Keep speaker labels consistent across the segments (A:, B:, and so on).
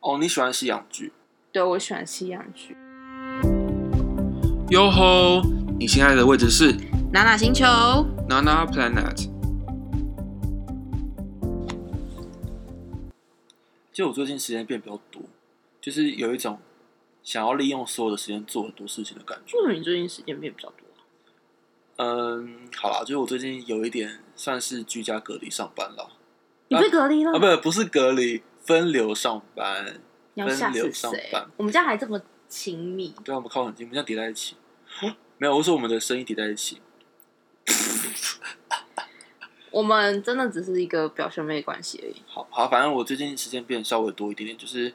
A: 哦，你喜欢西洋剧？
B: 对我喜欢西洋剧。
A: 哟吼！你现在的位置是
B: 哪哪星球？
A: Nana Planet。就我最近时间变比较多，就是有一种想要利用所有的时间做很多事情的感觉。
B: 为什么你最近时间变比较多啊？
A: 嗯，好啦，就是我最近有一点算是居家隔离上班了
B: 你被隔离了？
A: 啊，不不是隔离，分流上班。
B: 你要吓
A: 分流
B: 死
A: 上
B: 谁
A: 班？
B: 我们家还这么亲密，
A: 对，我们靠很近，我们这样叠在一起。没有，我说我们的声音叠在一起。
B: 我们真的只是一个表兄妹关系而已。
A: 好好，反正我最近时间变得稍微多一点点，就是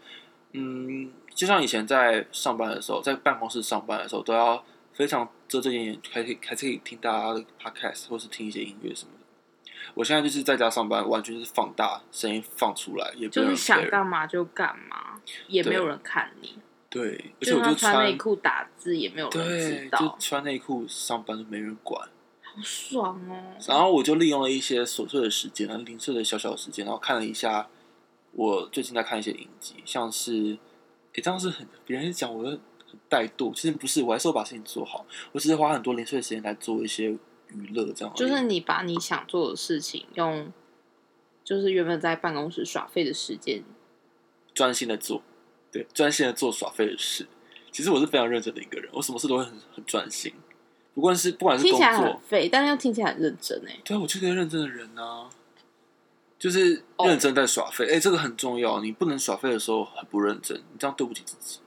A: 嗯，就像以前在上班的时候，在办公室上班的时候，都要非常遮遮掩掩，还可以还是可以听大家的 podcast 或是听一些音乐什么的。我现在就是在家上班，完全就是放大声音放出来，也不
B: 就
A: 会有人
B: 是想
A: care
B: 干嘛就干嘛，也没有人看你。
A: 对，而且
B: 就
A: 我
B: 算
A: 就
B: 穿内裤打字，也没有人知
A: 对，就
B: 道，
A: 穿内裤上班都没人管。
B: 好爽哦！
A: 然后我就利用了一些琐碎的时间，然后零碎的小小的时间，然后看了一下我最近在看一些影集，像是，诶，这样是很别人讲我的很怠惰，其实不是，我还是会把事情做好，我只是花很多零碎的时间来做一些娱乐，这样而已
B: 就是你把你想做的事情用，就是原本在办公室耍废的时间，
A: 专心的做，对，专心的做耍废的事。其实我是非常认真的一个人，我什么事都会很很专心，不管是不管是
B: 听
A: 工
B: 起来很
A: 作，
B: 废，但是又听起来很认真哎。
A: 对啊，我就是个认真的人啊，就是
B: 哦
A: 认真在耍废，哎、这个很重要，你不能耍废的时候很不认真，你这样对不起自己。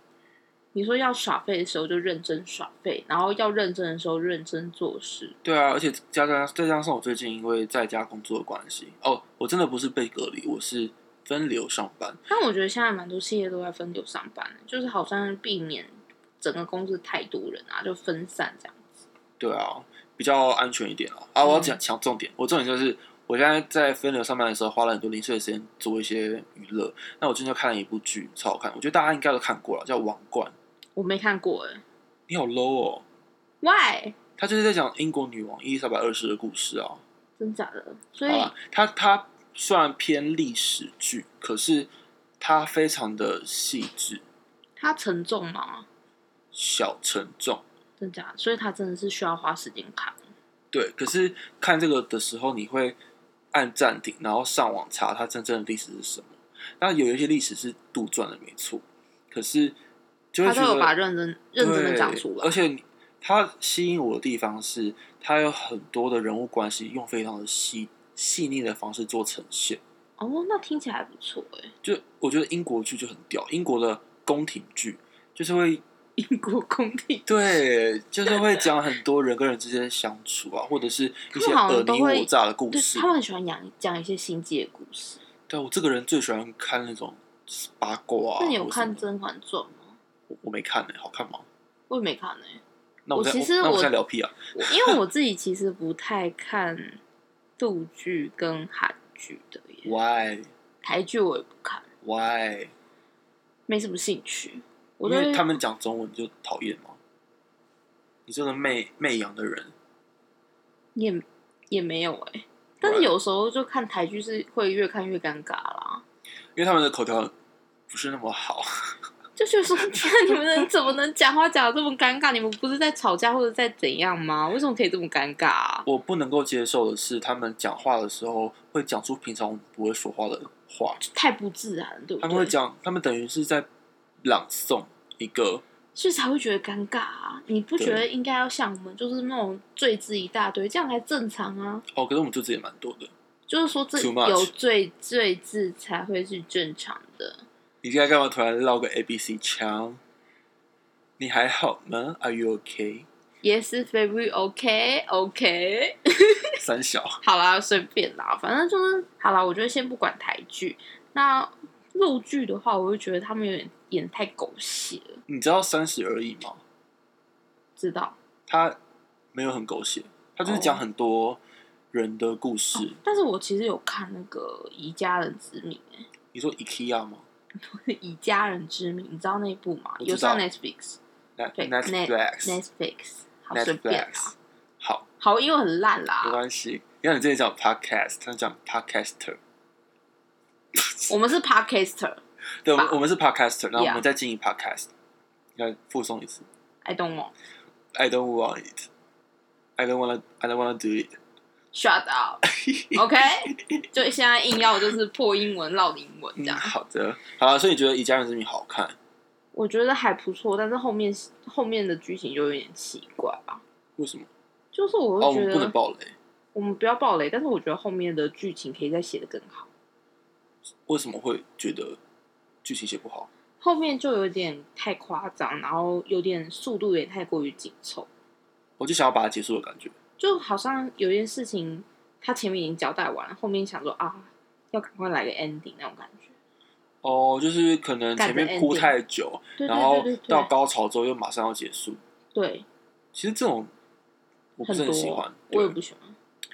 B: 你说要耍废的时候就认真耍废，然后要认真的时候认真做事。
A: 对啊，而且加上再加上我最近因为在家工作的关系，哦，我真的不是被隔离，我是分流上班。
B: 但我觉得现在蛮多企业都在分流上班，就是好像避免整个公司太多人啊，就分散这样。
A: 对啊，比较安全一点啊。啊，我要讲讲重点，我重点就是我现在在分流上班的时候，花了很多零碎的时间做一些娱乐。那我最近就看了一部剧，超好看，我觉得大家应该都看过了，叫《王冠》。
B: 我没看过哎、
A: 你好 low 哦，
B: 欸、，Why？
A: 他就是在讲英国女王伊丽莎白二世的故事啊。
B: 真假的？所以
A: 好啊啦，它它虽然偏历史剧，可是它非常的细致、
B: 它沉重吗？
A: 小沉重。
B: 真假的？所以它真的是需要花时间看。
A: 对，可是看这个的时候，你会按暂停，然后上网查它真正的历史是什么。那有一些历史是杜撰的，没错，可是就
B: 他
A: 会
B: 都
A: 觉
B: 有把
A: 得
B: 认真认真的讲
A: 对
B: 出来
A: 而。且你它吸引我的地方是，它有很多的人物关系用非常的细细腻的方式做呈现。
B: 哦，那听起来还不错哎、
A: 就我觉得英国剧就很屌，英国的宫廷剧就是会
B: 英国宫廷，
A: 对，就是会讲很多人跟人之间的相处啊，或者是一
B: 他
A: 些
B: 们好
A: 尔
B: 像都
A: 虞
B: 会
A: 我诈的故
B: 对
A: 事
B: 他。们很喜欢讲讲一些心机的故事。
A: 对啊我这个人最喜欢看那种八卦啊。
B: 那你有
A: 或
B: 看
A: 什么
B: 《
A: 的？
B: 甄嬛传》吗？
A: 我我没看呢、欸好看吗？
B: 我也没看欸呢、
A: 那我
B: 我
A: 现在
B: 其实
A: 那我
B: 我
A: 现在聊屁啊！
B: 我因为我自己其实不太看陆剧跟韩剧的耶，
A: Why
B: 台剧我也不看，
A: why？
B: 没什么兴趣。我
A: 因
B: 对
A: 为他们讲中文就讨厌吗？你这个媚媚洋的人，
B: 也也没有哎、但是
A: Right
B: 有时候就看台剧是会越看越尴尬啦，
A: 因为他们的口条不是那么好。
B: 就觉得说，那你们能怎么能讲话讲的这么尴尬？你们不是在吵架或者在怎样吗？为什么可以这么尴尬、啊？
A: 我不能够接受的是，他们讲话的时候会讲出平常我们不会说话的话，
B: 太不自然了，对不
A: 他们会
B: 对？
A: 讲，他们等于是在朗诵一个，
B: 所以才会觉得尴尬啊！你不觉
A: 对
B: 得应该要像我们就是那种罪字一大堆，这样才正常啊？
A: 哦，可是我们就自己蛮多的。
B: 就是说这
A: Too much
B: 有罪罪字才会是正常的。
A: 你现在干嘛突然绕个 A B C 枪？你还好吗？Are you okay？
B: Yes, very OK, OK 。
A: 三小，
B: 好啦，随便啦，反正就是好啦。我觉得先不管台剧，那陆剧的话，我就觉得他们有点演得太狗血了，
A: 你知道三十而已吗？
B: 知道？
A: 他没有很狗血，他就是
B: 哦
A: 讲很多人的故事。
B: 但是我其实有看那个《以家人之名》 欸，
A: 你说 IKEA 吗
B: 以家人之名》，你知道那一部吗？
A: 我知道
B: 有上 Netflix，
A: Net-
B: 对
A: Netflix
B: Netflix，好随便啊啦
A: Netflix，，好，
B: 好，因为很烂啦
A: 没。关系。你看你这里讲 podcast，他讲 podcaster。
B: 我们是 podcaster，
A: 对，我
B: 吧
A: 们我们是 podcaster，然后
B: Yeah
A: 我们在经营 podcast。要附送一次
B: I don't want
A: ，I don't want it。I don't wanna, I don't wanna do it。
B: shut up。OK，就现在硬要就是破英文绕英文这
A: 嗯，
B: 样，
A: 好的，好啊所以你觉得《以家人之名》好看？
B: 我觉得还不错，但是后面后面的剧情就有点奇怪啊。
A: 为什么？
B: 就是我
A: 哦，我
B: 会觉
A: 们不能
B: 得
A: 爆雷。
B: 我们不要暴雷，但是我觉得后面的剧情可以再写的更好。
A: 为什么会觉得剧情写不好？
B: 后面就有点太夸张，然后有点速度也太过于紧凑，
A: 我就想要把它结束的感觉。
B: 就好像有一件事情他前面已经交代完，后面想说啊，要赶快来个 ending 那种感觉。
A: 哦，就是可能前
B: 赶
A: 面
B: 着
A: 铺
B: ending
A: 太久，
B: 对
A: 然后
B: 对对
A: 到
B: 对
A: 高潮之后又马上要结束。
B: 对，
A: 其实这种我不
B: 对，
A: 是
B: 很
A: 很喜欢
B: 多，
A: 对
B: 我也不喜欢。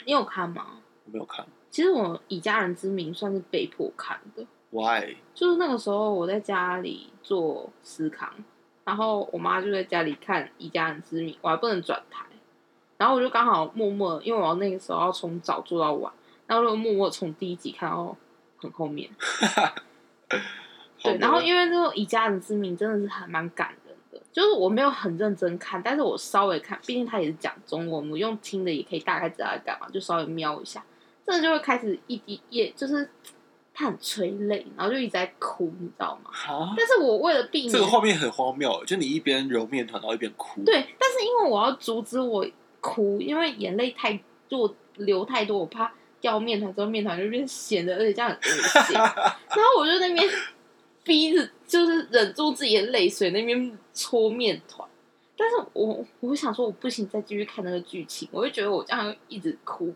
B: 你有看吗？
A: 我没有看。
B: 其实我以家人之名算是被迫看的，
A: Why？
B: 就是那个时候我在家里做思康，然后我妈就在家里看《以家人之名》，我还不能转台，然后我就刚好默默，因为我那个时候要从早做到晚，然后就默默从第一集看到很后面。
A: 好的
B: 对，然后因为这个《以家人之名》真的是还蛮感人的，就是我没有很认真看，但是我稍微看，毕竟他也是讲中文，我用听的也可以大概知道在干嘛，就稍微瞄一下，真的就会开始一滴也就是他很催泪，然后就一直在哭，你知道吗？
A: 啊，
B: 但是我为了避免
A: 这个画面很荒谬，就你一边揉面团，然后一边哭。，
B: 对，但是因为我要阻止我哭，因为眼泪太多流太多，我怕掉面团之后面团就变咸的，而且这样很恶 心。然后我就那边逼着，就是忍住自己的泪水，那边搓面团。但是我我想说，我不行，再继续看那个剧情，我就觉得我这样一直哭，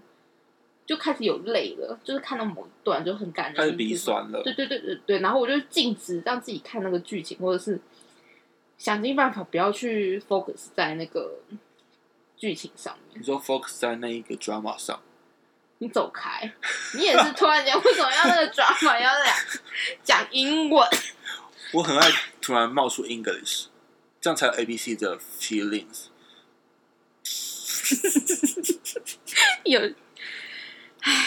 B: 就开始有泪了，就是看到某一段就很感人，
A: 开始鼻酸了。
B: 对对对对对，然后我就禁止让自己看那个剧情，或者是想尽办法不要去 focus 在那个剧情上面
A: 你。说 focus 在那一个 drama 上，
B: 你走开，你也是突然间为什么要那个 drama 要讲讲英文？
A: 我很爱突然冒出 English，这样才有 A B C 的 feelings。
B: 有，唉，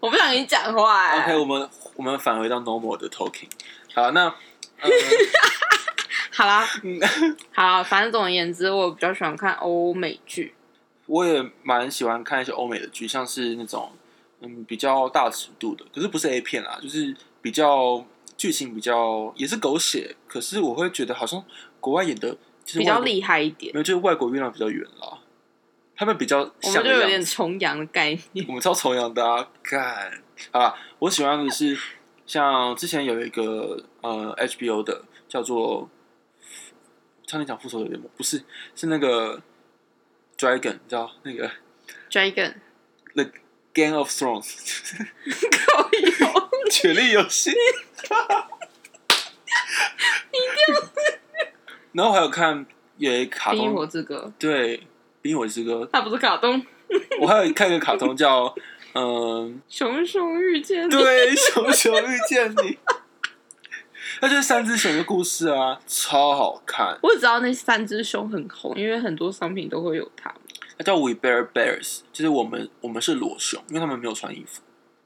B: 我不想跟你讲话、哎
A: OK，我们我们返回到 normal 的 talking。好，那、 呃、
B: 好啦，
A: 嗯
B: 好啦，反正总而言之，我比较喜欢看欧美剧。
A: 我也蛮喜欢看一些欧美的剧，像是那种嗯比较大尺度的，可是不是 A 片啦，就是比较剧情比较也是狗血，可是我会觉得好像国外演的就是
B: 比较
A: 外国
B: 厉害一点
A: 没，有，就是外国月亮比较圆啦，他们比较
B: 我
A: 像
B: 们就有
A: 的样
B: 点
A: 子，
B: 崇洋的概念。
A: 我们超崇洋的、啊，干好啦，我喜欢的是像之前有一个呃 HBO 的叫做，差点讲复仇者联盟，不是是那个 Dragon，你知道那个
B: Dragon，
A: The Game of Thrones
B: 靠油，
A: 权力游戏， 然后还有看有一卡
B: 冰与火
A: 通，
B: 之歌，
A: 对《冰与火之歌
B: 它不是卡通。》，
A: 我还有看一个卡通叫嗯、
B: 熊熊遇见 你，
A: 对，熊熊遇见你， 那就是三只熊的故事啊，超好看，
B: 我只知道那三只熊很红，因为很多商品都会有它们。
A: 它叫 We Bear Bears，就是我们我们是裸熊，因为他们没有穿衣服。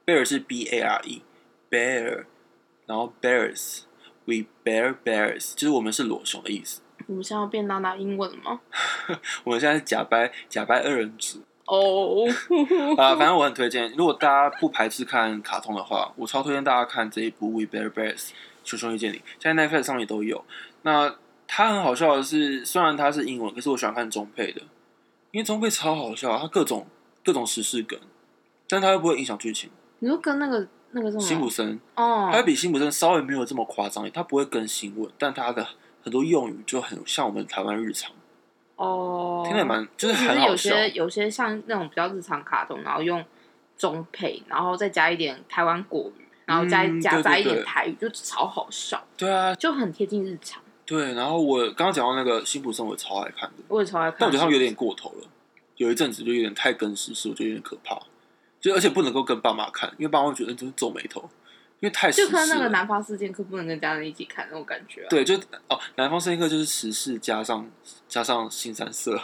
A: Bear 是 B A R E bear，然后 bears，We Bear Bears，就是我们是裸熊的意思。
B: 我们现在要变娜娜英文了吗？
A: 我们现在是假掰假掰二人组
B: 哦，
A: 啊、反正我很推荐，如果大家不排斥看卡通的话，我超推荐大家看这一部《We Bear Bears》熊熊遇见你，现在 Netflix 上面都有。那它很好笑的是，虽然它是英文，可是我喜欢看中配的，因为中配超好笑，它各种各种时事梗，但它又不会影响剧情。
B: 你说跟那个那个什
A: 辛
B: 么
A: 普？森，它会
B: 哦，
A: 比辛普森稍微没有这么夸张，它不会更新闻，但它的很多用语就很像我们台湾日常，
B: 哦，
A: 听得蛮就是
B: 其
A: 很
B: 实
A: 好
B: 有
A: 笑。
B: 些有些像那种比较日常卡通，然后用中配，然后再加一点台湾国语，然后再
A: 嗯
B: 夹
A: 对对
B: 杂一点
A: 对
B: 台语，就超好笑，
A: 对啊，
B: 就很贴近日常。
A: 对。然后我刚刚讲到那个辛普森，我也超爱看的。
B: 我也超爱看，
A: 但我觉得他们有点过头了，有一阵子就有点太跟时事，我觉得有点可怕。就而且不能够跟爸妈看，因为爸妈会觉得真是皱眉头，因为太时
B: 就
A: 事
B: 跟那个
A: 了。
B: 南方事件可不能跟家人一起看那种感觉、啊。
A: 对，就哦，南方声音课就是时事加上加上新三色，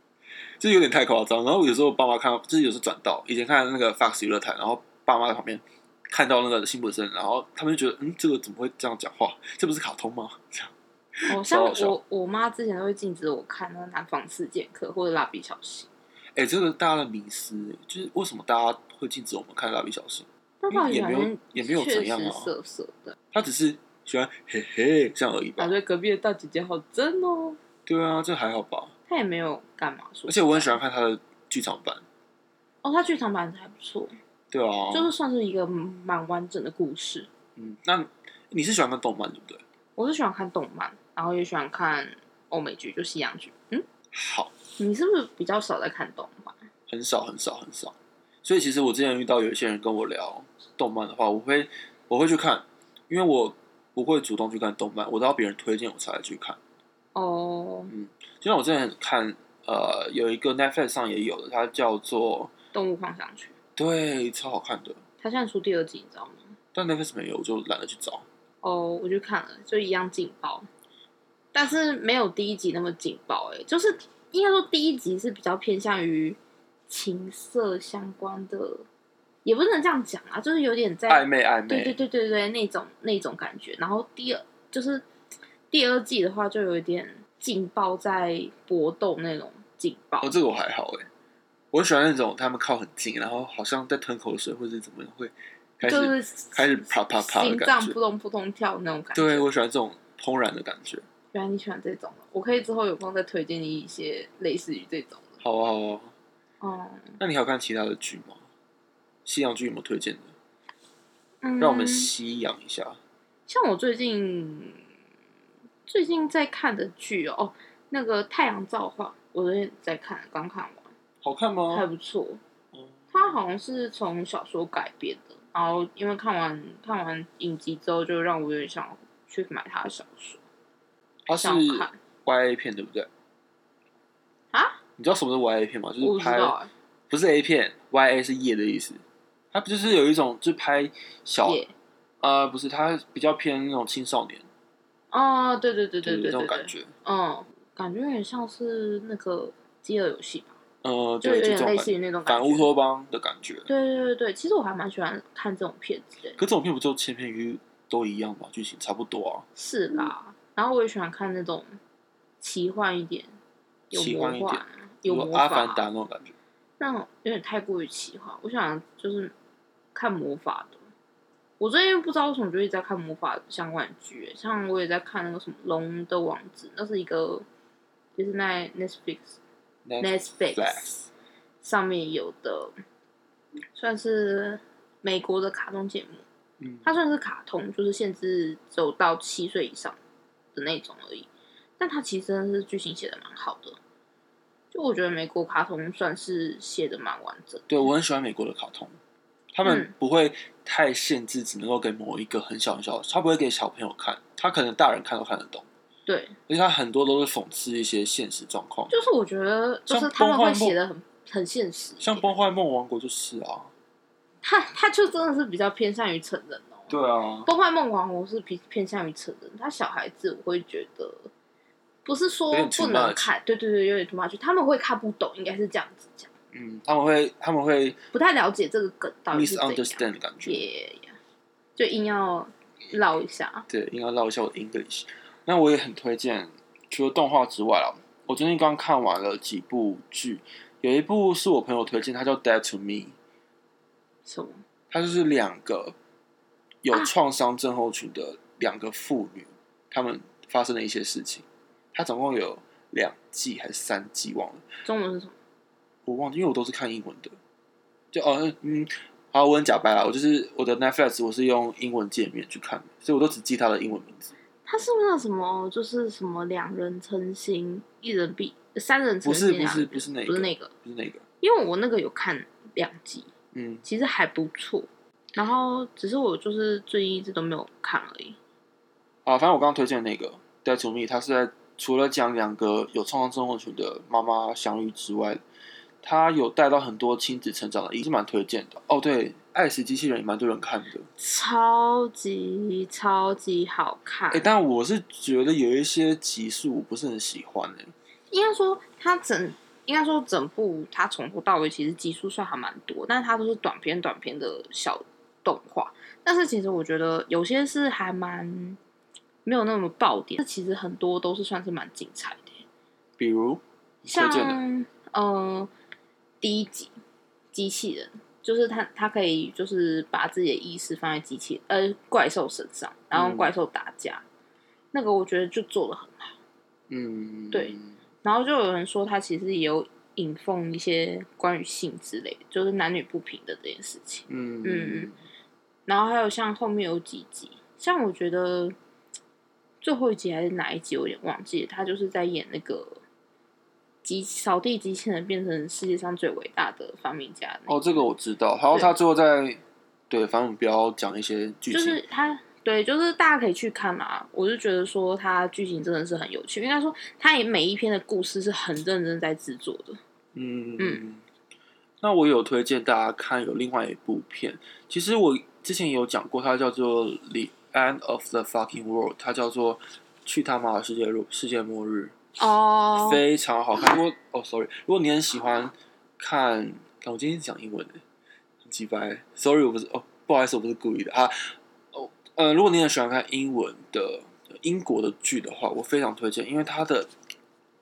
A: 就有点太夸张。然后有时候我爸妈看到，就是有时候转到以前看那个 Fox 娱乐台，然后爸妈在旁边看到那个辛普森，然后他们就觉得，嗯，这个怎么会这样讲话？这不是卡通吗？这样，
B: 哦，像
A: 超好笑
B: 我我妈之前都会禁止我看那个《南方四剑客》或者《蜡笔小新》，
A: 哎、这个大家的迷思，就是为什么大家会禁止我们看蜡笔小新？
B: 那蜡笔
A: 也
B: 小
A: 没有
B: 新
A: 也没有
B: 确
A: 怎样啊
B: 实色色的，
A: 他只是喜欢嘿嘿这样而已吧
B: 感？觉隔壁的大姐姐好真哦，
A: 对啊，这还好吧。
B: 她也没有干嘛说，
A: 而且我很喜欢看他的剧场版，
B: 哦，她剧场版还不错，
A: 对啊，
B: 就是算是一个蛮完整的故事。
A: 嗯，那你是喜欢看动漫对不对？
B: 我是喜欢看动漫，然后也喜欢看欧美剧，就西洋剧。嗯，
A: 好，
B: 你是不是比较少在看动漫？
A: 很少很少很少。所以其实我之前遇到有一些人跟我聊动漫的话，我会我会去看，因为我不会主动去看动漫，我都要别人推荐我才会去看。
B: 哦，
A: 就像我之前看呃有一个 Netflix 上也有的，它叫做
B: 动物放上去，
A: 对超好看的，
B: 它现在出第二季，你知道吗？
A: 但 Netflix 没有，我就懒得去找。
B: 哦，我去看了，就一样劲爆，但是没有第一集那么劲爆、欸。哎，就是应该说第一集是比较偏向于情色相关的，也不能这样讲啊，就是有点在
A: 暧昧暧
B: 对对
A: 昧，
B: 对对对，那种那种感觉。然后第二就是第二季的话，就有一点劲爆，在搏斗那种劲爆。
A: 哦这个我还好哎、我喜欢那种他们靠很近，然后好像在吞口水或者怎么样会开始、
B: 就是
A: 开始啪啪啪的
B: 心
A: 感
B: 脏
A: 觉
B: 扑。通扑通跳那种感觉。
A: 对，我喜欢这种怦然的感觉。
B: 原来你喜欢这种的，我可以之后有空再推荐你一些类似于这种的。
A: 好啊，好啊。
B: 哦、
A: 那你还有看其他的剧吗？西洋剧有没有推荐的？
B: 嗯，
A: 让我们西洋一下。
B: 像我最近最近在看的剧哦，哦那个《太阳造化》，我最近在看，刚看完，
A: 好看
B: 还
A: 吗？
B: 不错。
A: 嗯
B: 它好像是从小说改编的，然后因为看完看完影集之后，就让我有点想去买他的小说，
A: 它是
B: 想看
A: YA 片，对不对？
B: 啊？
A: 你知道什么是 YA 片吗？就
B: 我不
A: 是
B: 知
A: 拍
B: 道、欸，
A: 不是 A 片，YA 是夜的意思。它不就是有一种就拍小
B: 耶，
A: 呃，不是，它比较偏那种青少年，
B: 哦，对对对对
A: 就是这
B: 对
A: 种
B: 对
A: 感
B: 对，
A: 觉。
B: 嗯，感觉有点像是那个《饥饿游戏》吧，
A: 呃，
B: 就有
A: 对，就这种
B: 点类
A: 感
B: 似
A: 觉，
B: 于那种感
A: 反乌
B: 觉。
A: 托邦的感觉。
B: 对对对对，其实我还蛮喜欢看这种片子的，
A: 可这种片不就千篇一律都一样吗？剧情差不多啊，
B: 是啦。然后我也喜欢看那种奇幻一点，有
A: 奇
B: 魔
A: 幻一
B: 幻
A: 点，
B: 有
A: 如
B: 魔
A: 果
B: 法，
A: 阿凡达那种感觉。
B: 那种有点太过于奇幻。我想就是看魔法的。我最近不知道为什么就一直在看魔法相关的剧，欸像我也在看那个什么《龙的王子》，那是一个就是在 Netflix Netflix 上面有的，算是美国的卡通节目。
A: 嗯，
B: 它算是卡通，就是限制只有到七岁以上的那种而已。但它其实真的是剧情写的蛮好的，就我觉得美国卡通算是写的蛮完整的。
A: 对我很喜欢美国的卡通，他
B: 嗯
A: 们不会太限制，只能够给某一个很小很小的，他不会给小朋友看，他可能大人看都看得懂，
B: 对，
A: 而且他很多都是讽刺一些现实状况，
B: 就是我觉得就是
A: 像
B: 他们
A: 崩坏
B: 会
A: 梦
B: 写的很很现实一点，
A: 像《崩坏梦王国》就是啊，
B: 他他就真的是比较偏向于成人哦、
A: 对啊，
B: 崩坏梦王我是偏偏向于成人，他小孩子我会觉得不是说
A: 有点
B: 不
A: too
B: 能
A: much
B: 看，对对对，有点 too much，他们会看不懂，应该是这样子讲，
A: 嗯，他们会他们会
B: 不太了解这个梗到底是怎样。
A: misunderstand 的感觉，
B: 也就硬要唠一下。
A: 对，应该唠一下我的 English。那我也很推荐，除了动画之外啦，我最近刚看完了几部剧，有一部是我朋友推荐，它叫《Dead to Me》，
B: 什么？
A: 她就是两个有创伤症候群的两个妇女，她、们发生的一些事情。它总共有两季还是三季，忘了，
B: 中文是什么？
A: 我忘记，因为我都是看英文的。就哦嗯，好，我很假白啦，我就是我的 Netflix 我是用英文界面去看的，所以我都只记它的英文名字。
B: 他是不是那什么？就是什么两人成型，一人必三人成
A: 不是
B: 型，
A: 不
B: 两
A: 是
B: 人
A: 不是那个
B: 不是那个，
A: 不是那个，
B: 因为我那个有看两集，
A: 嗯，
B: 其实还不错。然后只是我就是最近一直都没有看而已。
A: 啊，反正我刚刚推荐的那个《Dead to Me》，它是在除了讲两个有创伤症候群的妈妈相遇之外，它有带到很多亲子成长的，也是蛮推荐的。哦，对，《爱死机器人》也蛮多人看的。
B: 超级超级好看
A: 哎、，但我是觉得有一些集数我不是很喜欢诶、
B: 应该说它整，应该说整部它从头到尾其实集数算还蛮多，但是它都是短篇短篇的小动画，但是其实我觉得有些是还蛮没有那么爆点，但其实很多都是算是蛮精彩的。
A: 比如推
B: 像
A: 荐的
B: 呃第一集机器人，就是他他可以就是把自己的意识放在机器呃怪兽身上，然后
A: 嗯
B: 跟怪兽打架，那个我觉得就做的很好。
A: 嗯，
B: 对，然后就有人说他其实也有引奉一些关于性之类的，就是男女不平的这件事情。
A: 嗯
B: 嗯然后还有像后面有几集，像我觉得最后一集还是哪一集，我有点忘记了。他就是在演那个机扫地机器人变成世界上最伟大的发明家那个，
A: 哦，这个我知道。然后他最后在对，反正我们不要讲一些剧情，
B: 就是他。对，就是大家可以去看啦。我就觉得说，他剧情真的是很有趣，应该说，他也每一篇的故事是很认真在制作的。
A: 嗯
B: 嗯
A: 那我有推荐大家看有另外一部片，其实我之前有讲过，它叫做《The End of the Fucking World》，它叫做《去他妈的世界日世界末日》。
B: 哦，
A: 非常好看。如果哦，sorry，如果你很喜欢看，看我今天讲英文的，很鸡掰。Sorry，我不是哦，不好意思，我不是故意的啊。哦，呃，如果你很喜欢看英文的呃英国的剧的话，我非常推荐，因为它的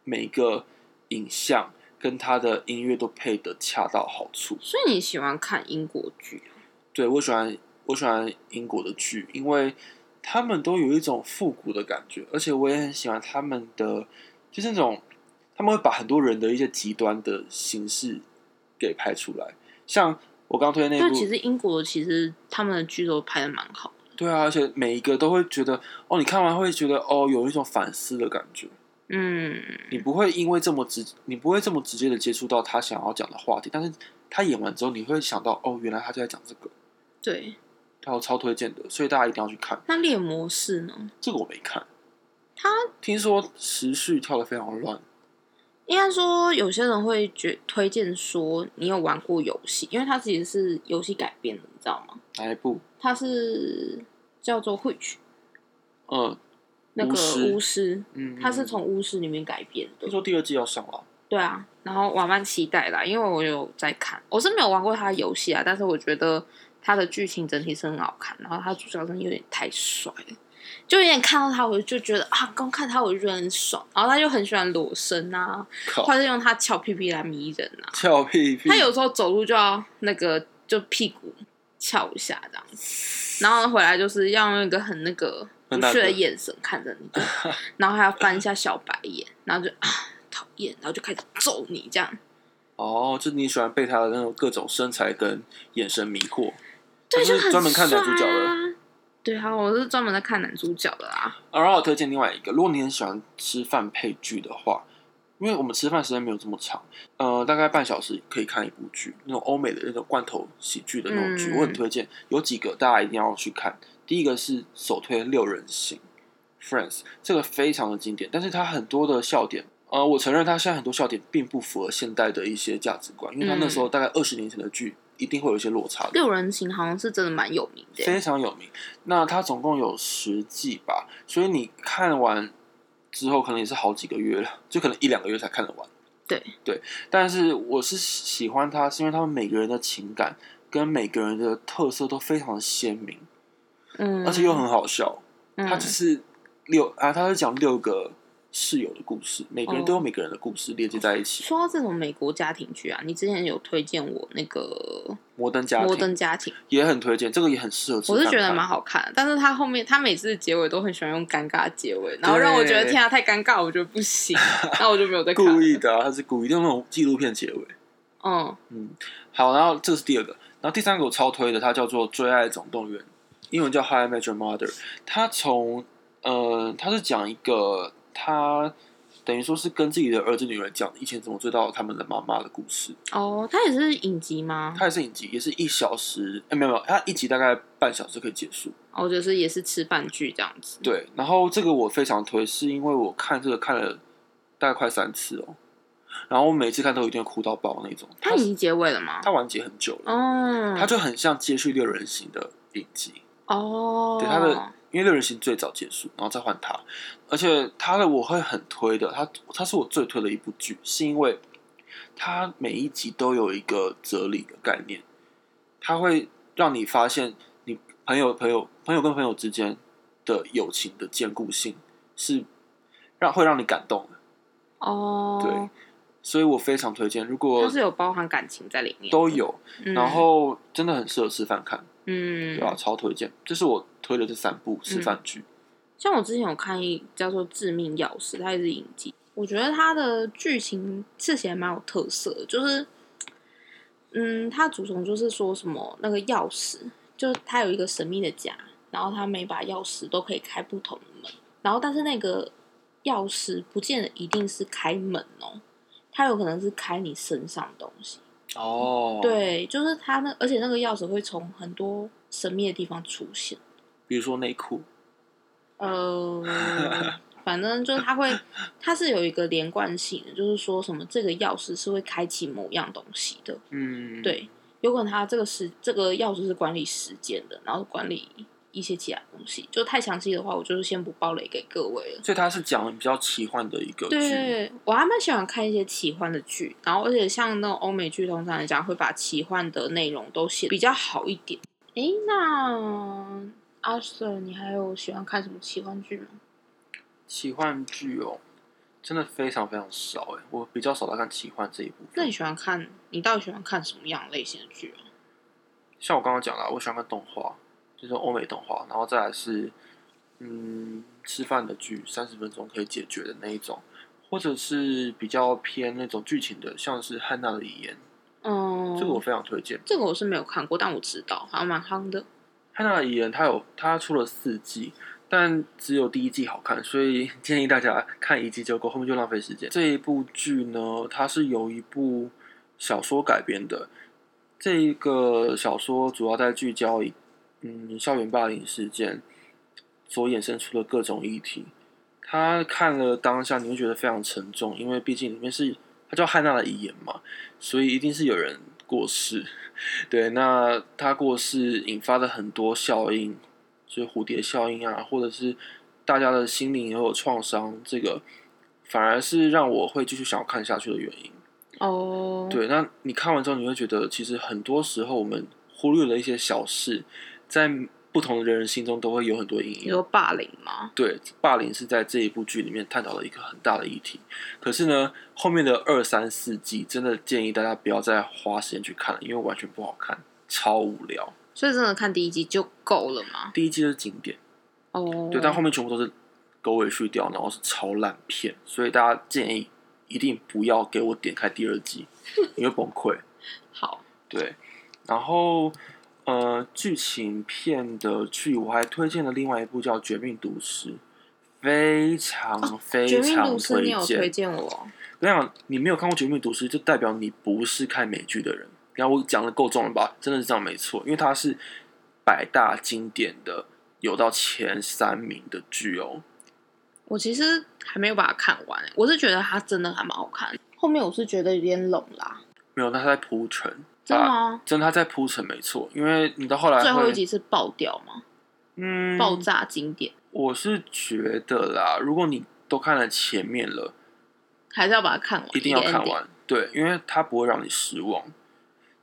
A: 每一个影像跟它的音乐都配得恰到好处。
B: 所以你喜欢看英国剧？啊
A: 对我喜欢我喜欢英国的剧，因为他们都有一种复古的感觉，而且我也很喜欢他们的，就是那种他们会把很多人的一些极端的形式给拍出来，像我刚推荐那
B: 对，
A: 部，
B: 其实英国其实他们的剧都拍的蛮好的。
A: 对啊，而且每一个都会觉得哦，你看完会觉得哦，有一种反思的感觉，
B: 嗯，
A: 你不会因为这么直，你不会这么直接的接触到他想要讲的话题，但是他演完之后，你会想到哦，原来他就在讲这个，
B: 对。
A: 他我超推荐的，所以大家一定要去看。
B: 那猎魔士呢？
A: 这个我没看。
B: 他
A: 听说时序跳的非常乱，
B: 应该说有些人会觉推荐说你有玩过游戏，因为它其实是游戏改编的，你知道吗？
A: 哪一部？
B: 它是叫做《会去》
A: 嗯
B: 那个
A: 巫师
B: 巫师，
A: 嗯，
B: 它是从巫师里面改编的
A: 听。说第二季要上了，
B: 对啊，然后我还蛮期待啦，因为我有在看，我是没有玩过他的游戏啊，但是我觉得他的剧情整体是很好看，然后他主角真的有点太帅了，就有点看到他我就觉得啊，光看他我就觉得很爽，然后他就很喜欢裸身啊，
A: 靠
B: 或，者用他翘屁屁来迷人啊，
A: 跳屁屁，
B: 他有时候走路就要那个就屁股翘一下这样子，然后回来就是要用一个很那个
A: 很
B: 不
A: 难
B: 屑的
A: 得
B: 眼神看着你， 就然后还要翻一下小白眼，然后就啊讨厌，然后就开始揍你这样。
A: 哦，就是你喜欢被他的那种各种身材跟眼神迷惑。
B: 对，
A: 他
B: 就是很
A: 专门看男主角的
B: 帅啊。对啊，我是专门在看男主角的啊。
A: 啊然后我推荐另外一个，如果你很喜欢吃饭配剧的话，因为我们吃饭时间没有这么长，呃，大概半小时可以看一部剧，那种欧美的那种罐头喜剧的那种剧，
B: 嗯
A: 我很推荐。有几个大家一定要去看，第一个是首推《六人行》（Friends），这个非常的经典，但是它很多的笑点。呃，我承认它现在很多笑点并不符合现代的一些价值观，因为它那时候大概二十年前的剧，一定会有一些落差的。
B: 六人行好像是真的蛮有名的耶。
A: 非常有名。那它总共有十季吧，所以你看完之后，可能也是好几个月了， 就可能一两个月才看得完。
B: 对
A: 对，但是我是喜欢它，是因为他们每个人的情感跟每个人的特色都非常的鲜明，
B: 嗯，
A: 而且又很好笑。
B: 嗯
A: 它就是六啊，它是讲六个室友的故事，每个人都有每个人的故事连接在一起。
B: 说到这种美国家庭剧啊，你之前有推荐我那个
A: 摩登家
B: 《摩
A: 庭
B: 登家庭》，
A: 也很推荐，这个也很适合吃
B: 我
A: 饭
B: 是
A: 看。
B: 觉得蛮好看的，但是他后面他每次的结尾都很喜欢用尴尬的结尾，然后让我觉得
A: 对
B: 天啊太尴尬，我觉得 不行，那我就没有再看了。
A: 故意的、啊，它是故意用那种纪录片结尾。
B: 嗯，
A: 嗯，好，然后这是第二个，然后第三个我超推的，它叫做《最爱总动员》，英文叫《How I Met Your Mother》。它从呃，它是讲一个他等于说是跟自己的儿子女儿讲以前怎么追到他们的妈妈的故事。
B: 哦，他也是影集吗？
A: 它也是影集，也是一小时，哎、没有没有，它一集大概半小时可以结束。
B: 哦，就是也是吃饭剧这样子。
A: 对，然后这个我非常推，是因为我看这个看了大概快三次哦，然后我每次看都一定会哭到爆那种。
B: 他
A: 它
B: 已经结尾了吗？
A: 它完结很久了，
B: 哦，
A: 它就很像接续六人行的影集。
B: 哦，
A: 对他的因为六人行最早结束，然后再换他，而且他的我会很推的，他他是我最推的一部剧，是因为他每一集都有一个哲理的概念，他会让你发现朋友朋友朋友跟朋友之间的友情的坚固性是让会让你感动的，
B: 哦，
A: 对，所以我非常推荐。如果
B: 它是有包含感情在里面，
A: 都有，
B: 嗯
A: 然后真的很适合吃饭看，
B: 嗯
A: 对，吧、超推荐，这是我推的这三部吃饭剧。
B: 像我之前有看一叫做《致命钥匙》，它也是影集，我觉得它的剧情是写得蛮有特色的，就是，嗯，它主从就是说什么那个钥匙，就是它有一个神秘的家，然后它每把钥匙都可以开不同的门，然后但是那个钥匙不见得一定是开门哦，它有可能是开你身上的东西。
A: 哦，，
B: 嗯对，就是它那，而且那个钥匙会从很多神秘的地方出现。
A: 比如说内裤，
B: 呃，反正就是它会，它是有一个连贯性的，就是说什么这个钥匙是会开启某样东西的，
A: 嗯，
B: 对，有可能它这个时这个钥匙是管理时间的，然后管理一些其他东西，就太详细的话，我就是先不爆雷给各位了。
A: 所以它是讲比较奇幻的一个剧，
B: 对，我还蛮喜欢看一些奇幻的剧，然后而且像那种欧美剧，通常来讲会把奇幻的内容都写得比较好一点。诶，那阿 Sir，你还有喜欢看什么奇幻剧吗？
A: 奇幻剧哦，真的非常非常少哎，我比较少在看奇幻这一部
B: 那
A: 分。
B: 你喜欢看？你到底喜欢看什么样类型的剧啊？
A: 像我刚刚讲啊了，我喜欢看动画，就是欧美动画，然后再来是嗯吃饭的剧，三十分钟可以解决的那一种，或者是比较偏那种剧情的，像是《汉娜的遗言》，
B: 嗯，
A: 这个我非常推荐。
B: 这个我是没有看过，但我知道，好像蛮夯的。
A: 《汉娜的遗言》它有它出了四季，但只有第一季好看，所以 建议大家看一季就够，后面就浪费时间。这一部剧呢，它是由一部小说改编的，这一个小说主要在聚焦一嗯校园霸凌事件所衍生出的各种议题。他看了当下，你会觉得非常沉重，因为毕竟里面是它叫汉娜的遗言嘛，所以一定是有人过世。对，那他过世引发的很多效应，就是蝴蝶效应啊，或者是大家的心灵也有创伤，这个反而是让我会继续想要看下去的原因。
B: 哦，，
A: 对，那你看完之后，你会觉得其实很多时候我们忽略了一些小事，在不同的人心中都会有很多阴
B: 你
A: 影。
B: 说霸凌吗？
A: 对，霸凌是在这一部剧里面探讨的一个很大的议题。可是呢，后面的二三四季真的建议大家不要再花时间去看了，因为完全不好看，超无聊。
B: 所以真的看第一集就够了吗？
A: 第一季就是经典，
B: 哦，
A: 对，但后面全部都是狗尾续貂，然后是超烂片，所以大家建议一定不要给我点开第二季，你会崩溃。
B: 好，
A: 对，然后呃，剧情片的剧我还推荐了另外一部叫《绝命毒师》，非常非
B: 《哦绝命
A: 常
B: 毒师》
A: 推
B: 你有
A: 荐。
B: 推荐我？
A: 我想你没有看过《绝命毒师》，就代表你不是看美剧的人。然后我讲的够重了吧？真的是这样没错，因为它是百大经典的有到前三名的剧哦。
B: 我其实还没有把它看完、欸我是觉得它真的还蛮好看。后面我是觉得有点拢啦，
A: 没有，那他在铺陈，
B: 真的
A: 啊
B: 吗？
A: 真的他在铺陈没错，因为你到后来会
B: 最后一集是爆掉吗？
A: 嗯
B: 爆炸经典，
A: 我是觉得啦，如果你都看了前面了，
B: 还是要把它看完，
A: 一定要
B: 个
A: 看
B: ending。
A: 完，对，因为它不会让你失望，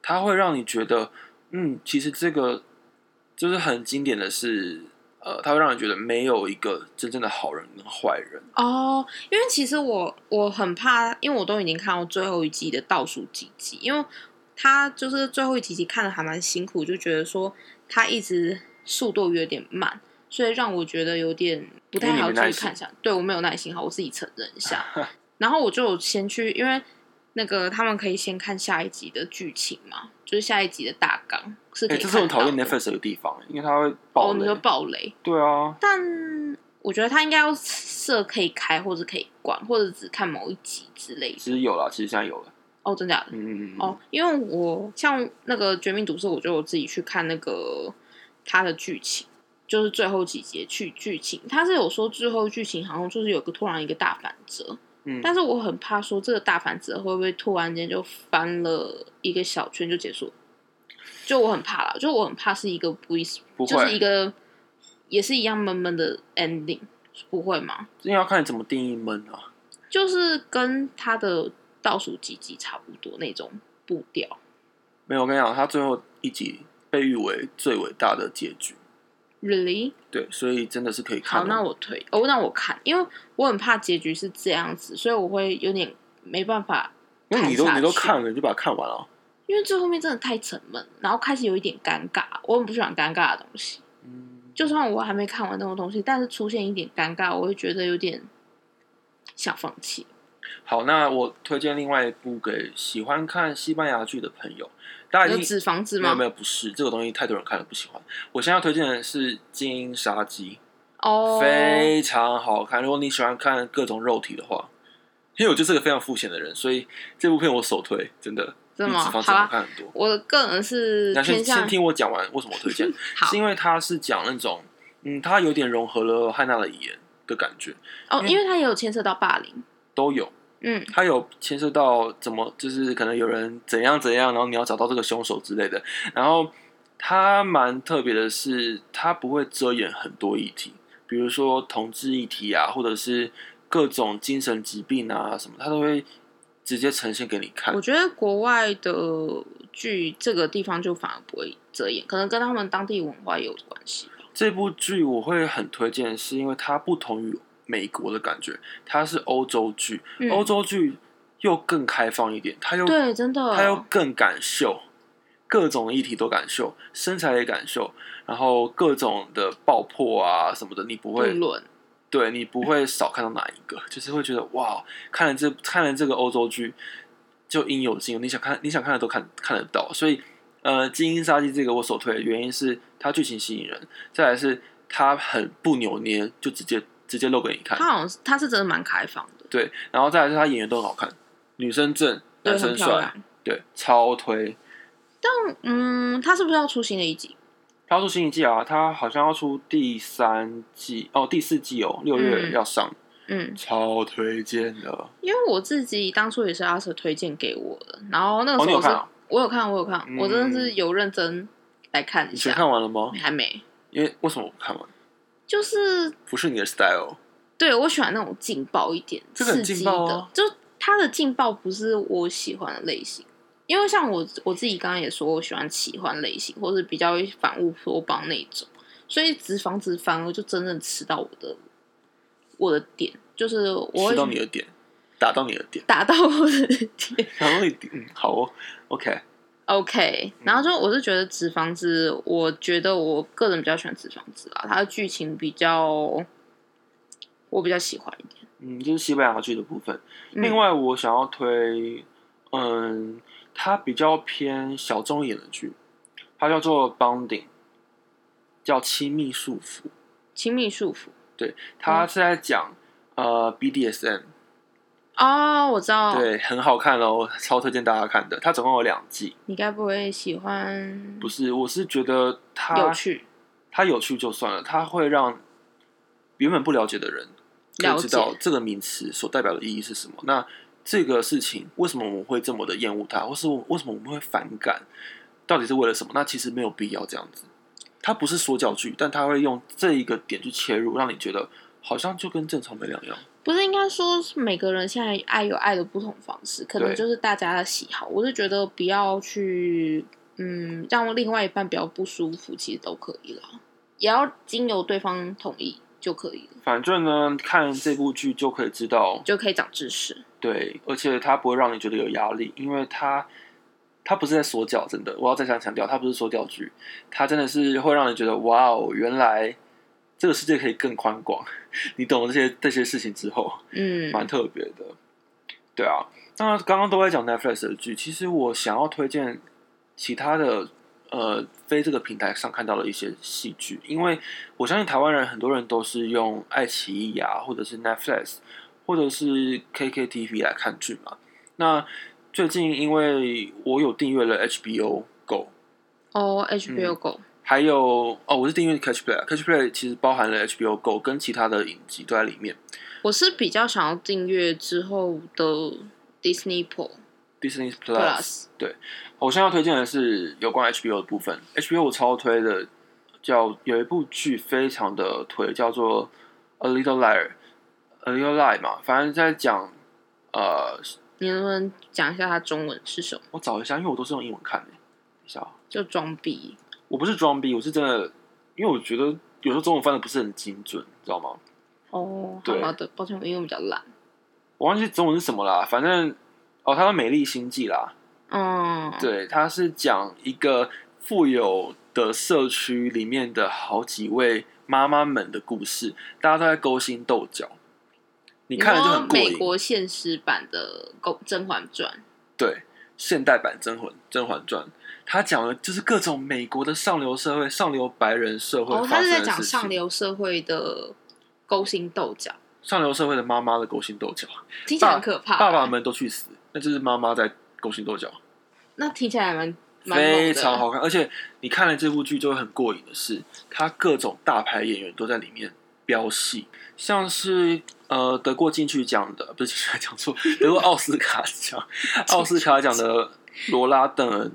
A: 它会让你觉得，嗯，其实这个就是很经典的是，呃，它会让你觉得没有一个真正的好人跟坏人，
B: 哦，因为其实我我很怕，因为我都已经看到最后一季的倒数几集，因为他就是最后一集集看的还蛮辛苦，就觉得说他一直速度有点慢，所以让我觉得有点不太
A: 因为你
B: 好
A: 没
B: 继
A: 耐
B: 续
A: 心
B: 看下。对我没有耐心，好，我自己承认一 下。然后我就有先去，因为那个他们可以先看下一集的剧情嘛，就是下一集的大纲是可
A: 哎、
B: 以
A: 这
B: 看
A: 是
B: 到
A: 我
B: 的。
A: 很讨厌 Netflix 的地方，欸因为它会
B: 哦
A: 爆，欸
B: 你
A: 雷，
B: 说暴雷，
A: 对啊，
B: 但我觉得它应该要设可以开，或者可以关，或者只看某一集之类的。
A: 其实有了，其实现在有了，
B: 哦，真假的？
A: 嗯嗯嗯，
B: 哦，因为我像那个《绝命毒师》，我就有自己去看那个它的剧情，就是最后几节去剧情，它是有说最后剧情好像就是有个突然一个大反折，
A: 嗯，
B: 但是我很怕说这个大反折会不会突然间就翻了一个小圈就结束了，就我很怕啦，就我很怕是一个不一，
A: 不会
B: 就是一个也是一样闷闷的 ending，不会吗？
A: 这要看你怎么定义闷啊，
B: 就是跟他的倒数几集差不多那种步调。
A: 没有，我跟你讲，它最后一集被誉为最伟大的结局，
B: Really？
A: 对，所以真的是可以看
B: 好，
A: 的。
B: 那我退哦，那我看，因为我很怕结局是这样子，所以我会有点没办法。
A: 因为你都
B: 看下
A: 你都
B: 去
A: 看了，你就把它看完了。啊
B: 因为最后面真的太沉闷，然后开始有一点尴尬，我很不喜欢尴尬的东西。
A: 嗯，
B: 就算我还没看完那种东西，但是出现一点尴尬，我会觉得有点想放弃。
A: 好，那我推荐另外一部给喜欢看西班牙剧的朋友，大家
B: 有
A: 一定
B: 纸房子
A: 啊没有
B: 吗
A: 没？有不是这个东西太多人看了不喜欢。我现在要推荐的是《精英杀机》，
B: 哦，
A: 非常好看。如果你喜欢看各种肉体的话，因为我就是个非常肤浅的人，所以这部片我首推，真的比
B: 真
A: 《
B: 的吗
A: 脂肪
B: 好
A: 子》
B: 啊
A: 好看很多。
B: 我个人是
A: 那
B: 偏
A: 先先
B: 向
A: 听我讲完为什么我推荐，
B: 好
A: 是因为它是讲那种，嗯，它有点融合了汉娜的遗言的感觉，
B: 哦，
A: 嗯
B: 因为它也有牵涉到霸凌，
A: 都有。
B: 嗯，
A: 它有牵涉到怎么，就是可能有人怎样怎样，然后你要找到这个凶手之类的。然后它蛮特别的是，它不会遮掩很多议题，比如说同志议题啊，或者是各种精神疾病啊什么，它都会直接呈现给你看
B: 我。觉得国外的剧这个地方就反而不会遮掩，可能跟他们当地文化也有关系吧。
A: 这部剧我会很推荐，是因为它不同于美国的感觉，它是欧洲剧，
B: 嗯
A: 欧洲剧又更开放一点，它又
B: 对，真
A: 嗯他又
B: 的，
A: 更敢秀，各种议题都敢秀，身材也敢秀，然后各种的爆破啊什么的，你不
B: 不
A: 会，啊
B: 伦，
A: 对你不会少看到哪一个，就是会觉得哇，看了这看了这个欧洲剧就应有尽有，你想看你想看的都看看得到，所以呃，《精英杀机》这个我首推的原因是它剧情吸引人，再来是它很不扭捏，就直接直接露给你看，
B: 他好像是他是真的蛮开放的，
A: 对，然后再来是它演员都很好看，女生正，
B: 对，
A: 男
B: 很
A: 生
B: 漂
A: 帅，
B: 亮。
A: 对，超推。
B: 嗯，他是不是要出新的一集？
A: 他要出新一季啊，他好像要出第三季哦，第四季哦，六月
B: 嗯
A: 要上，
B: 嗯，
A: 超推荐的。
B: 因为我自己当初也是阿 Sir 推荐给我的，然后那个
A: 哦
B: 时
A: 你有
B: 候我是、
A: 看啊
B: 我有看，我有看，
A: 嗯
B: 我真的是有认真来看一
A: 你全
B: 下，
A: 看完了吗？
B: 还没，
A: 因为为什么我不看完？
B: 就是
A: 不是你的 style，
B: 对我喜欢那种劲爆一点、
A: 这个很
B: 刺激
A: 劲爆
B: 的
A: 啊，
B: 就它的劲爆不是我喜欢的类型。因为像我我自己刚刚也说，我喜欢奇幻类型，或是比较反乌托邦那种，所以直房直反而就真正吃到我的我的点，就是我
A: 吃到你
B: 会
A: 的点，打到你的点，
B: 打到我的点。
A: 然后你嗯好哦，OK，
B: OK，然
A: 嗯
B: 后就我是觉得《纸房子》，我觉得我个人比较喜欢《纸房子》啦，它的剧情比较我比较喜欢一点。
A: 嗯，这是西班牙剧的部分。
B: 嗯
A: 另外，我想要推，嗯，它比较偏小众一点的剧，它叫做 Bonding，叫亲密束缚。
B: 亲密束缚
A: 它
B: 嗯
A: 是在讲、呃 BDSM，
B: 哦，我知道，
A: 对，很好看哦，超推荐大家看的。它总共有两季，
B: 你该不会喜欢
A: 不是，我是觉得它
B: 有趣？
A: 它有趣就算了，它会让原本不了解的人可
B: 了
A: 以
B: 解
A: 知道这个名词所代表的意义是什么。那这个事情为什么我们会这么的厌恶它，或是我为什么我们会反感，到底是为了什么？那其实没有必要这样子。它不是说教剧，但它会用这一个点去切入，让你觉得好像就跟正常没两样。
B: 不是应该说是每个人现在爱有爱的不同方式，可能
A: 对
B: 就是大家的喜好。我是觉得不要去嗯让另外一半比较不舒服，其实都可以了，也要经由对方同意就可以了，
A: 反正呢，看这部剧就可以知道
B: 就可以长知识。
A: 对，而且它不会让你觉得有压力，因为它它不是在说教，真的，我要再三强调，它不是说教剧，它真的是会让你觉得哇哦，原来这个世界可以更宽广。 你懂了这些这些事情之后，
B: 嗯，
A: 蛮特别的。对啊，那刚刚都在讲 Netflix 的剧，其实我想要推荐其他的呃非这个平台上看到的一些戏剧，因为我相信台湾人很多人都是用爱奇艺啊，或者是 Netflix，或者是 KKTV 来看剧嘛。那最近因为我有订阅了 HBO Go，
B: 哦，HBO
A: 嗯
B: Go，
A: 还有哦，我是订阅 Catch Play，Catch Play 其实包含了 HBO Go 跟其他的影集都在里面。
B: 我是比较想要订阅之后的 Disney Plus
A: Disney Plus
B: Plus，
A: 我现在要推荐的是有关 HBO 的部分。HBO 我超推的，叫有一部剧非常的推，叫做《A Little Liar》，A Little Lie 嘛，反正在讲呃，
B: 你能不能讲一下它中文是什么？
A: 我找一下，因为我都是用英文看的。等一下啊，
B: 就装逼
A: 我不是装逼，我是真的，因为我觉得有时候中文翻的不是很精准，你知道吗？
B: 哦，好
A: 对
B: 好的，抱歉，因为我比较懒。
A: 我忘记中文是什么啦，反正哦，它叫《美丽心计》啦，
B: 嗯，
A: 对，它是讲一个富有的社区里面的好几位妈妈们的故事，大家都在勾心斗角，你
B: 你
A: 看了就很
B: 说
A: 过
B: 美
A: 瘾。
B: 国现实版的《勾甄嬛传
A: 对，现代版《甄嬛甄嬛传》，它讲的就是各种美国的上流社会、上流白人社》，会
B: 哦，
A: 发
B: 他
A: 生
B: 是
A: 的
B: 在
A: 事情。
B: 讲上流社会的勾心斗角，
A: 上流社会的妈妈的勾心斗角，
B: 听起来很可怕。
A: 爸爸们都去死，那就是妈妈在勾心斗角。
B: 那听起来还蛮蛮猛
A: 非
B: 的
A: 常好看，而且你看了这部剧就会很过瘾的是，它各种大牌演员都在里面飙戏，像是呃得过金曲奖的，不是金曲奖 讲错，得过奥斯卡奖，奥斯卡奖的罗拉邓恩，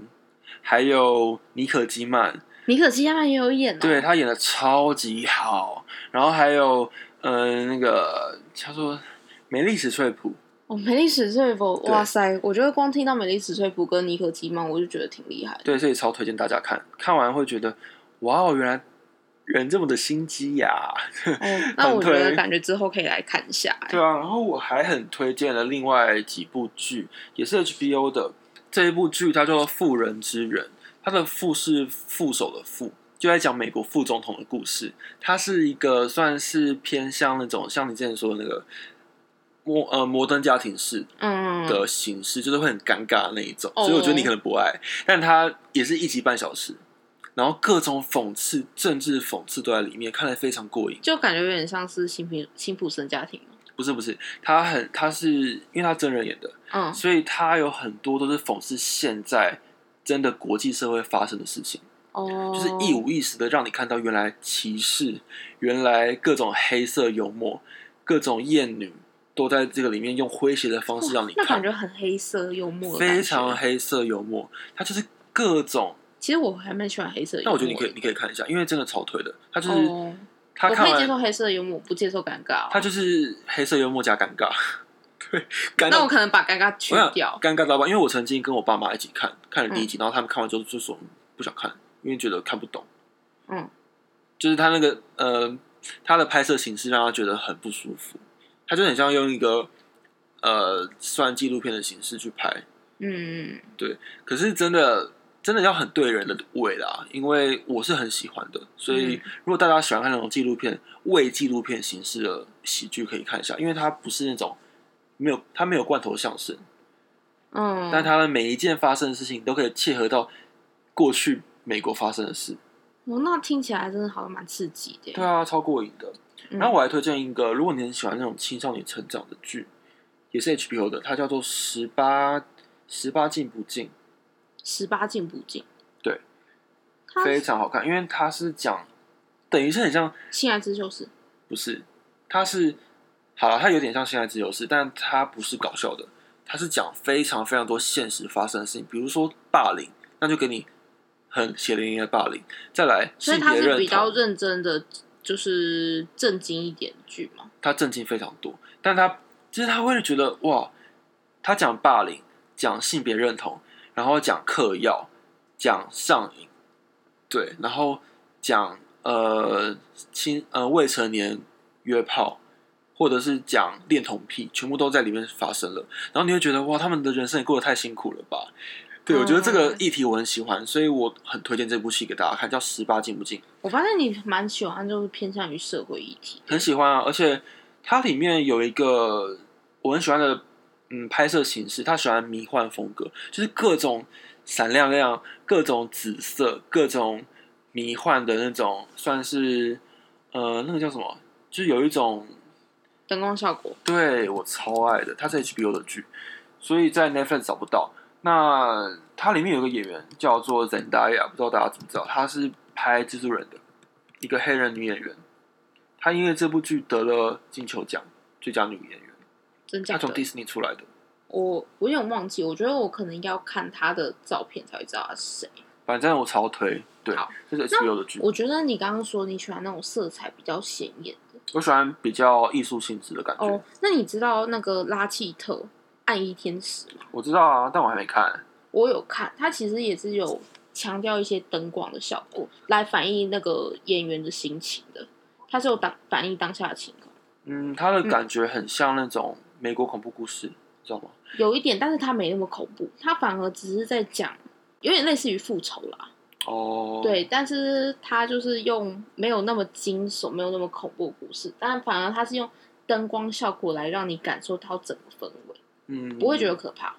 A: 还有妮可基曼，
B: 尼可基亚曼也有演哦，
A: 对，他演的超级好，然后还有呃那个叫做梅丽史翠普，
B: 哦，美丽史翠普，
A: 对
B: 哇塞！我觉得光听到美丽史翠普跟尼可基曼，我就觉得挺厉害 的。
A: 对，所以超推荐大家看，看完会觉得哇哦，原来人这么的心机呀、
B: 哦，那我觉
A: 很
B: 得
A: 推
B: 感觉之后可以来看一下、欸
A: 对啊，然后我还很推荐了另外几部剧，也是 HBO 的这一部剧，它叫做《妇人之仁》，它的“妇”是副手的“妇”，就在讲美国副总统的故事。它是一个算是偏向那种像你之前说的那个摩呃摩登家庭式
B: 嗯，
A: 的形式，就是会很尴尬的那一种。
B: 哦
A: 所以我觉得你可能不爱，但它也是一集半小时，然后各种讽刺、政治讽刺都在里面，看得非常过瘾。
B: 就感觉有点像是辛普辛普森家庭嘛。
A: 不是不是，他很他是因为他真人演的，
B: 嗯，
A: 所以他有很多都是讽刺现在真的国际社会发生的事情，
B: 哦，
A: 就是一五一十的让你看到原来歧视，原来各种黑色幽默，各种艳女都在这个里面用诙谐的方式让你
B: 那感
A: 看，
B: 觉很黑色幽默的感觉，
A: 非常黑色幽默，它就是各种。
B: 其实我还蛮喜欢黑色幽
A: 那
B: 默
A: 我
B: 的。
A: 觉得你可以你可以看一下，因为真的超推的，它就是、
B: 哦，
A: 他
B: 我
A: 看
B: 可以接
A: 完
B: 受黑色幽默，不接受尴尬哦、
A: 他就是黑色幽默加尴尬， 对，尴
B: 那
A: 尬
B: 我可能把尴尬去
A: 我想
B: 掉。
A: 尴
B: 嗯
A: 尬到爆，因为我曾经跟我爸妈一起看，看了第一集，然后他们看完之后就说嗯不想看，因为觉得看不懂。
B: 嗯，
A: 就是他那个呃，他的拍摄形式让他觉得很不舒服，他就很像用一个呃算纪录片的形式去拍，
B: 嗯，
A: 可是真的真的要很对人的味啦，因为我是很喜欢的，所以
B: 嗯
A: 如果大家喜欢看那种纪录片、为纪录片形式的喜剧，可以看一下，因为它不是那种没有它没有罐头相声。
B: 嗯，
A: 但他们每一件发生的事情都可以切合到过去美国发生的事。
B: 哦，那听起来真的好像蛮刺激的耶。
A: 对啊，超过瘾的。
B: 嗯
A: 然后我还推荐一个，如果你很喜欢那种青少年成长的剧，也是 HBO 的，它叫做《十八十八禁不禁
B: 十八禁不禁，
A: 对，》，
B: 他
A: 非常好看，因为它是讲，等于是很像，
B: 性爱自修室
A: 不是，它是好了，它有点像《现在自由式》，但它不是搞笑的，它是讲非常非常多现实发生的事情，比如说霸凌，那就给你。很血淋淋的霸凌，再来
B: 所以
A: 性
B: 他
A: 别认
B: 是
A: 同，
B: 比较认真的，就是正经一点的剧嘛。
A: 他震惊非常多，但他就是他会觉得哇，他讲霸凌，讲性别认同，然后讲嗑药，讲上瘾，对，然后讲呃青呃未成年约炮，或者是讲恋童癖，全部都在里面发生了。然后你会觉得哇，他们的人生也过得太辛苦了吧？对，我觉得这个
B: 嗯
A: 议题我很喜欢，所以我很推荐这部戏给大家看，叫《十八禁不禁》。
B: 我发现你蛮喜欢，就是偏向于社会议题。
A: 很喜欢啊，而且它里面有一个我很喜欢的，嗯，拍摄形式，他喜欢迷幻风格，就是各种闪亮亮、各种紫色、各种迷幻的那种，算是呃那个叫什么，就是有一种
B: 灯光效果，
A: 对我超爱的，它是 HBO 的剧，所以在 Netflix 找不到。那它里面有一个演员叫做 Zendaya，不知道大家知不知道，她是拍《蜘蛛人》的一个黑人女演员。她因为这部剧得了金球奖最佳女演员，
B: 真假
A: 她从
B: 的？
A: Disney 出来的，
B: 我我有点忘记，我觉得我可能要看他的照片才会知道他是谁。
A: 反正我超推。对
B: 好，
A: 这是 HBO 的剧，
B: 我觉得你刚刚说你喜欢那种色彩比较显眼的
A: 我喜欢比较艺术性质的感觉。
B: 哦。那你知道那个拉契特《暗衣天使》吗？
A: 我知道啊，但我还没看。
B: 我有看，它其实也是有强调一些灯光的效果来反映那个演员的心情的，它是有当反映当下的情况，
A: 嗯，它的感觉很像那种美国恐怖故事，你知道吗？
B: 有一点，但是它没那么恐怖，它反而只是在讲，有点类似于复仇啦，
A: 哦，
B: 对，但是它就是用没有那么惊悚，没有那么恐怖的故事，但反而它是用灯光效果来让你感受到整个氛围，
A: 嗯，
B: 不会觉得可怕，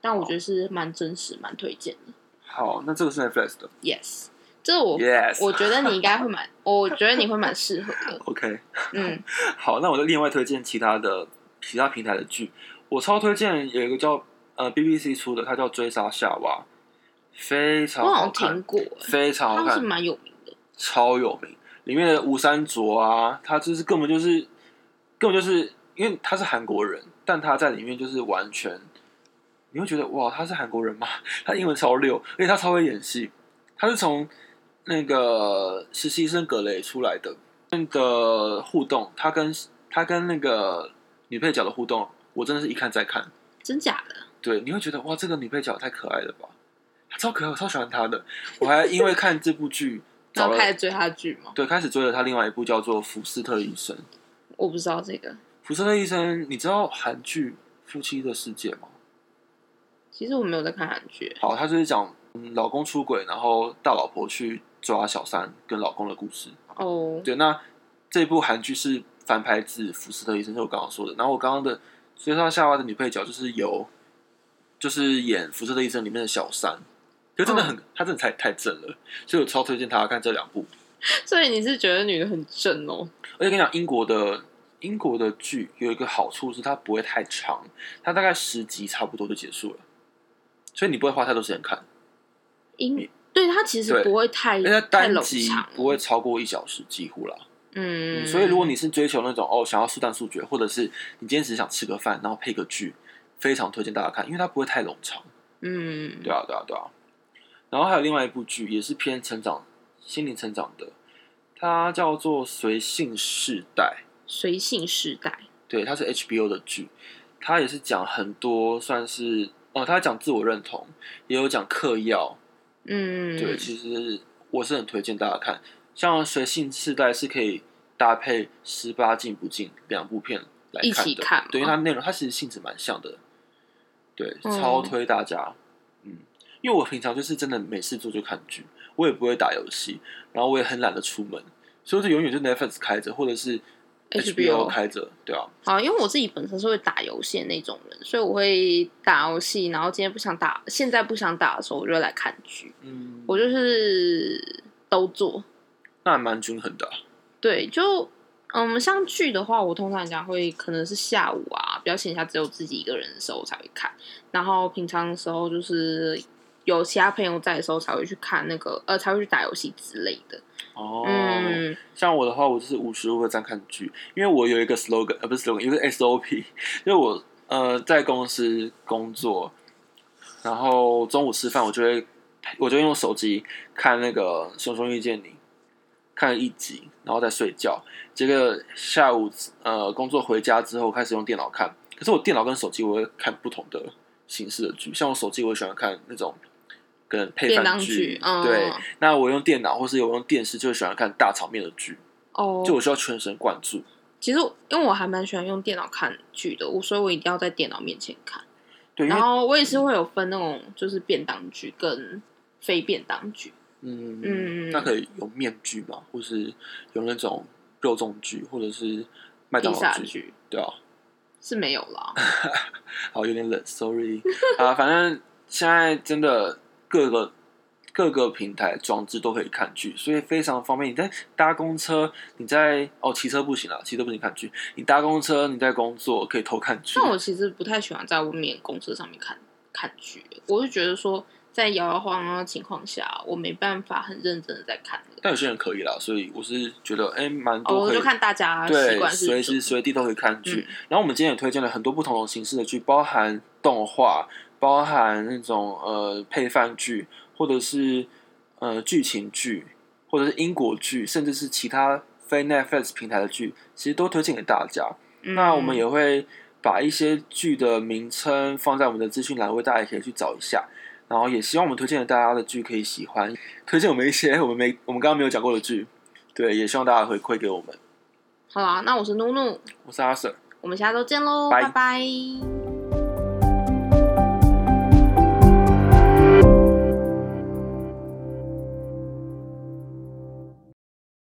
B: 但我
A: 哦
B: 觉得是蛮真实，蛮推荐的
A: 好。那这个是 Netflix 的
B: ，yes，这是我
A: ，Yes，
B: 我觉得你应该会蛮，我觉得你会蛮适合 的。
A: OK，
B: 嗯，
A: 好，那我再另外推荐其他的其他平台的剧，我超推荐有一个叫呃 BBC 出的，它叫《追杀夏娃》，非
B: 我
A: 常
B: 好
A: 好
B: 像听
A: 看，
B: 过，欸
A: 非常好
B: 他是
A: 看，
B: 蛮有名的。
A: 超有名。里面的吴三卓啊，他就是根本就是根本就是因为他是韩国人，但他在里面就是完全，你会觉得哇，他是韩国人吗？ 他英文超溜，而且他超会演戏。他是从那个实习生格雷出来的，那个互动，他跟他跟那个女配角的互动，我真的是一看再看。
B: 真假的？
A: 对，你会觉得哇，这个女配角太可爱了吧，超可爱，我超喜欢她的。我还因为看这部剧
B: 然
A: 找
B: 后
A: 了
B: 开始追他的剧吗？
A: 对，开始追了他另外一部叫做《福斯特医生》。《
B: 我不知道这个，
A: 福斯特医生》，你知道韩剧《夫妻的世界》吗？
B: 其实我没有在看韩剧。啊
A: 好，他就是讲、嗯、老公出轨，然后大老婆去抓小三跟老公的故事。
B: 哦，
A: 对，那这部韩剧是翻拍自《福斯特医生》，是我刚刚说的。然后我刚刚的《追杀夏娃》的女配角就是由，就是演《福斯特医生》里面的小三，就真的很，她真的太太正了，所以我超推荐她看这两部。
B: 所以你是觉得女的很正哦？
A: 而且跟你讲，英国的英国的剧有一个好处是它不会太长，它大概十集差不多就结束了，所以你不会花太多时间看，
B: 因对她其实
A: 对
B: 不会太
A: 而且它
B: 嗯太
A: 单
B: 冗
A: 集
B: 长，
A: 不会超过一小时，几乎啦。
B: 嗯，
A: 所以如果你是追求那种哦想要速战速决，或者是你今天只是想吃个饭，然后配个剧，非常推荐大家看，因为它不会太冗长。
B: 嗯，
A: 对啊，对啊，对啊。然后还有另外一部剧，也是偏成长、心灵成长的，它叫做《随性世代》。
B: 随性时代，
A: 对，它是 HBO 的剧，它也是讲很多算是哦，它讲自我认同，也有讲嗑药。
B: 嗯，
A: 对，其实我是很推荐大家看，像《随性世代》是可以搭配《十八禁不禁》两部片来
B: 一
A: 看
B: 起
A: 的。
B: 看吗
A: 对，因为它内容它其实性质蛮像的，对，
B: 嗯
A: 超推大家。嗯，因为我平常就是真的没事做就看剧，我也不会打游戏，然后我也很懒得出门，所以我就永远就 Netflix 开着，或者是
B: HBO
A: 开着，对啊。
B: 好，因为我自己本身是会打游戏的那种人，所以我会打游戏，然后今天不想打，现在不想打的时候，我就来看剧，
A: 嗯，
B: 我就是都做。
A: 那还蛮均衡的啊、
B: 对，就嗯，像剧的话，我通常讲会可能是下午啊，比较闲暇，只有自己一个人的时候才会看。然后平常的时候就是有其他朋友在的时候才会去看那个，呃，才会去打游戏之类的。
A: 哦，
B: 嗯，
A: 像我的话，我就是无时无刻在看剧，因为我有一个 slogan，呃，不是 slogan，有一个 SOP，因为 我呃在公司工作，然后中午吃饭，我就会我就用手机看那个《熊熊遇见你》，看一集，然后再睡觉。结果下午呃工作回家之后，开始用电脑看，可是我电脑跟手机我会看不同的形式的剧，像我手机我喜欢看那种。跟配
B: 便
A: 饭
B: 当
A: 剧
B: 剧，，嗯，
A: 对，那我用电脑或是我用电视，就喜欢看大场面的剧，
B: 哦，
A: 就我需要全神贯注。
B: 其实我因为我还蛮喜欢用电脑看剧的，我所以我一定要在电脑面前看。
A: 对，因
B: 然
A: 为
B: 后我也是会有分那种就是便当剧跟非便当剧，
A: 嗯
B: 嗯
A: 那可以有面具嘛，或是有那种肉粽剧，或者是麦
B: 披
A: 当
B: 萨
A: 劳剧，
B: 剧
A: 对啊。
B: 是没有啦。
A: 好，有点冷，sorry 啊，反正现在真的各个各个平台装置都可以看剧，所以非常方便。你在搭公车，你在哦骑车不行了，骑车不行看剧。你搭公车，你在工作可以偷看剧。
B: 但我其实不太喜欢在外面公车上面看看剧，我就觉得说在摇摇晃啊晃的情况下，我没办法很认真的在看这个。
A: 但有些人可以啦，所以我是觉得哎，蛮、
B: 哦，
A: 多
B: 我
A: 可以。
B: 就看大家习
A: 对，
B: 惯是
A: 随
B: 什
A: 时
B: 么
A: 随地都可以看剧。
B: 嗯
A: 然后我们今天也推荐了很多不同的形式的剧，包含动画，包含那种呃配饭剧，或者是呃剧情剧，或者是英国剧，甚至是其他非 Netflix 平台的剧，其实都推荐给大家。
B: 嗯
A: 那我们也会把一些剧的名称放在我们的资讯栏，为大家也可以去找一下。然后也希望我们推荐的大家的剧可以喜欢，推荐我们一些我们没我们刚刚没有讲过的剧，对，也希望大家回馈给我们。
B: 好啦，那我是努努，
A: 我是阿 Sir。
B: 我们下周见喽，
A: 拜
B: 拜拜